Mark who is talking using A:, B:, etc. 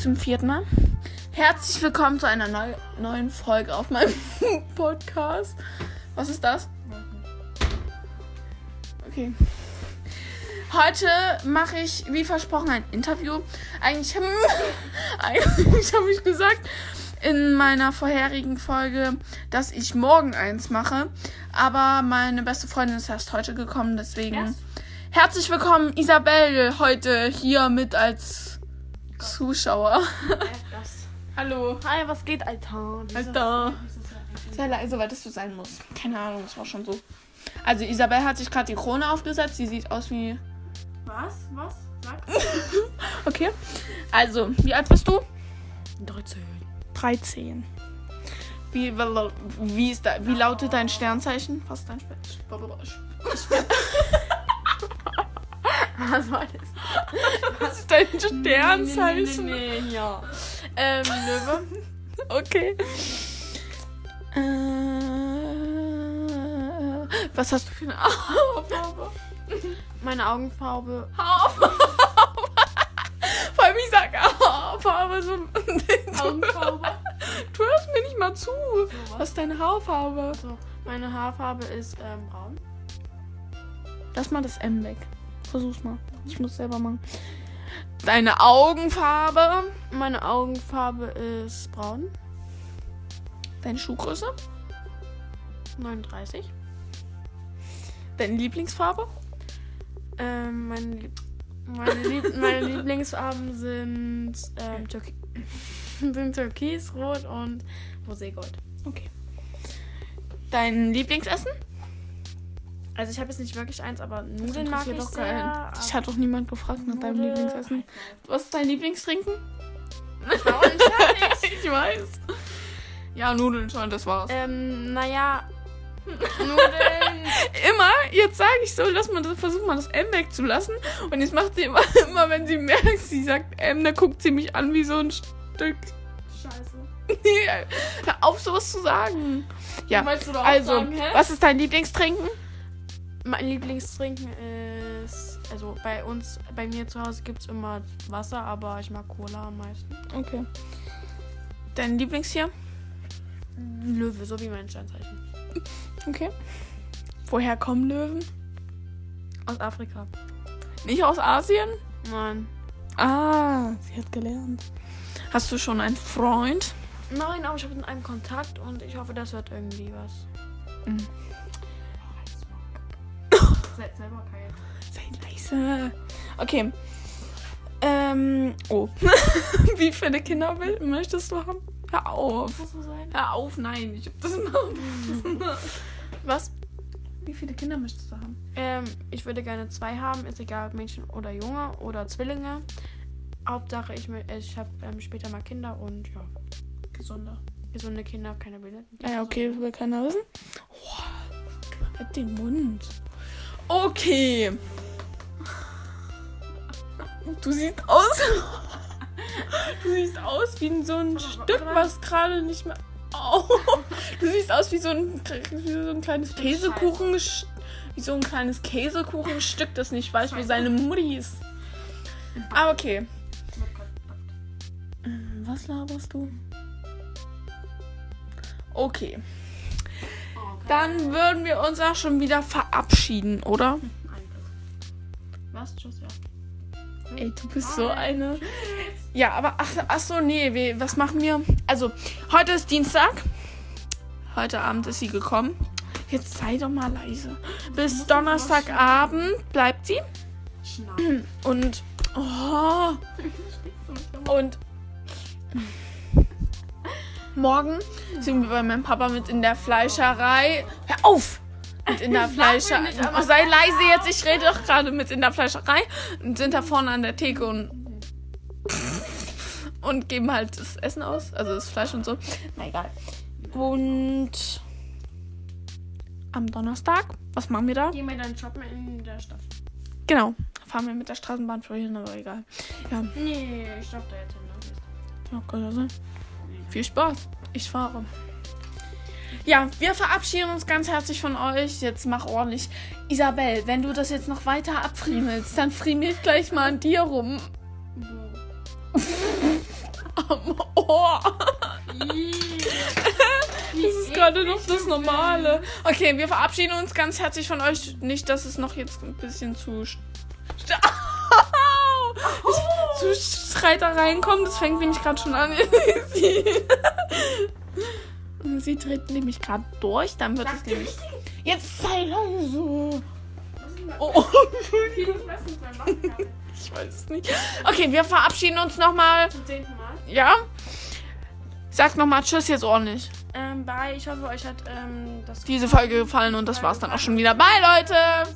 A: zum vierten Mal. Herzlich willkommen zu einer neu neuen Folge auf meinem Podcast. Was ist das? Okay. Heute mache ich, wie versprochen, ein Interview. Eigentlich, hm, eigentlich habe ich gesagt in meiner vorherigen Folge, dass ich morgen eins mache. Aber meine beste Freundin ist erst heute gekommen, deswegen
B: Erst?
A: herzlich willkommen, Isabel, heute hier mit als Zuschauer. Hallo.
B: Hi, was geht, Alter? Wieso-
A: Alter.
B: wieso ist das eigentlich-
A: Sei leise, weil das so sein muss. Keine Ahnung, das war schon so. Also Isabel hat sich gerade die Krone aufgesetzt. Sie sieht aus wie.
B: Was? Was? Sag.
A: Okay. Also, wie alt bist du?
B: 13.
A: 13. Wie, wa- wie, ist da, wie lautet dein Sternzeichen? Was ist dein Spe
B: Was war das?
A: Was ist dein
B: Sternzeichen.
A: Sternzeichen?
B: Nee, ja. Ähm, Löwe.
A: Okay. Äh, was hast du für eine Haarfarbe?
B: Meine Augenfarbe.
A: Haarfarbe. Vor allem ich sag Haarfarbe so.
B: Augenfarbe?
A: Du hörst mir nicht mal zu.
B: was?
A: Was ist deine Haarfarbe?
B: So, meine Haarfarbe ist ähm, braun.
A: Lass mal das M weg. Versuch's mal. Ich muss selber machen. Deine Augenfarbe.
B: Meine Augenfarbe ist braun.
A: Deine Schuhgröße.
B: 39.
A: Deine Lieblingsfarbe.
B: Ähm, meine, Lieb meine, Lieb meine Lieblingsfarben sind, ähm, Türki sind Türkis, Rot und Roségold.
A: Okay. Dein Lieblingsessen?
B: Also ich habe jetzt nicht wirklich eins, aber
A: Das
B: Nudeln mag
A: interessiert
B: ich
A: doch
B: sehr.
A: keinen.
B: aber
A: Dich hat doch niemand gefragt nach deinem
B: Nudeln-
A: Lieblingsessen. Was ist dein Lieblingstrinken?
B: Ich war auch nicht fertig.
A: ich weiß. Ja, Nudeln schon, das war's.
B: ähm, naja, Nudeln.
A: immer, jetzt sage ich so, lass mal das, versuch mal das M wegzulassen. Und jetzt macht sie immer, immer, wenn sie merkt, sie sagt M, dann guckt sie mich an wie so ein Stück.
B: Scheiße.
A: Hör auf, sowas zu sagen. Ja,
B: Wolltest du doch auch
A: also,
B: sagen, hä?
A: was ist dein Lieblingstrinken?
B: Mein Lieblingstrinken ist, also bei uns, bei mir zu Hause gibt es immer Wasser, aber ich mag Cola am meisten.
A: Okay. Dein Lieblingstier?
B: Löwe, so wie mein Sternzeichen.
A: Okay. Woher kommen Löwen?
B: Aus Afrika.
A: Nicht aus Asien?
B: Nein.
A: Ah, sie hat gelernt. Hast du schon einen Freund?
B: Nein, aber ich habe mit einem Kontakt und ich hoffe, das wird irgendwie was.
A: Mhm.
B: Selber kein.
A: Sei leise. Okay. Ähm, oh. Wie viele Kinder will- möchtest du haben? Hör auf.
B: Muss so sein.
A: Hör auf, nein. Ich hab das mal.
B: Was?
A: Wie viele Kinder möchtest du haben?
B: Ähm, ich würde gerne zwei haben, ist egal ob Mädchen oder Junge oder Zwillinge. Hauptsache, ich, mö- ich habe ähm, später mal Kinder und ja,
A: Gesunder.
B: gesunde Kinder, keine Bilder.
A: Ah ja, okay, will keiner wissen. Oh, halt den Mund. Okay. Du siehst aus. Du siehst aus wie so ein Stück, was gerade nicht mehr. Au. Du siehst aus wie so ein, wie so ein kleines Käsekuchen. Wie so ein kleines Käsekuchenstück, das nicht weiß, wo seine Mutti ist. Aber okay. Ähm, Was laberst du? Okay. Dann würden wir uns auch schon wieder verabschieden, oder?
B: Was? Tschüss, ja.
A: Ey, du bist so eine. Ja, aber ach, ach so, nee, wir, was machen wir? Also, heute ist Dienstag. Heute Abend ist sie gekommen. Jetzt sei doch mal leise. Bis Donnerstagabend bleibt sie.
B: Schnapp.
A: Und. Oh, und. Morgen sind wir bei meinem Papa mit in der Fleischerei. Hör auf! Mit in der Fleischerei.
B: nicht, aber-
A: Oh, sei leise jetzt, ich rede doch gerade mit in der Fleischerei. Und sind da vorne an der Theke und. Und geben halt das Essen aus, also das Fleisch und so. Na egal. Und. Am Donnerstag, was machen wir da?
B: Gehen wir dann shoppen in der Stadt.
A: Genau. Fahren wir mit der Straßenbahn vorhin, aber egal. Ja,
B: Nee, ich darf da jetzt hin.
A: ja, kann ja sein. Viel Spaß. Ich fahre. Ja, wir verabschieden uns ganz herzlich von euch. Jetzt mach ordentlich. Isabel, wenn du das jetzt noch weiter abfriemelst, dann friemel ich gleich mal an dir rum. am Ohr. Das ist gerade noch das Normale. Okay, wir verabschieden uns ganz herzlich von euch. Nicht, dass es noch jetzt ein bisschen zu. st- st- Au! Ich- Zu Streit da reinkommt. Das fängt nämlich gerade schon an. Sie, Sie tritt nämlich gerade durch. Dann wird es nämlich. Jetzt sei leise. Oh,
B: Ich weiß nicht, was ich machen kann.
A: ich weiß es nicht. Okay, wir verabschieden uns nochmal.
B: Zum zehnten Mal.
A: Ja? Sagt nochmal Tschüss jetzt ordentlich.
B: Ähm, bye. Ich hoffe, euch hat ähm, das
A: diese Folge gefallen und das war's dann auch schon wieder. Bye, Leute!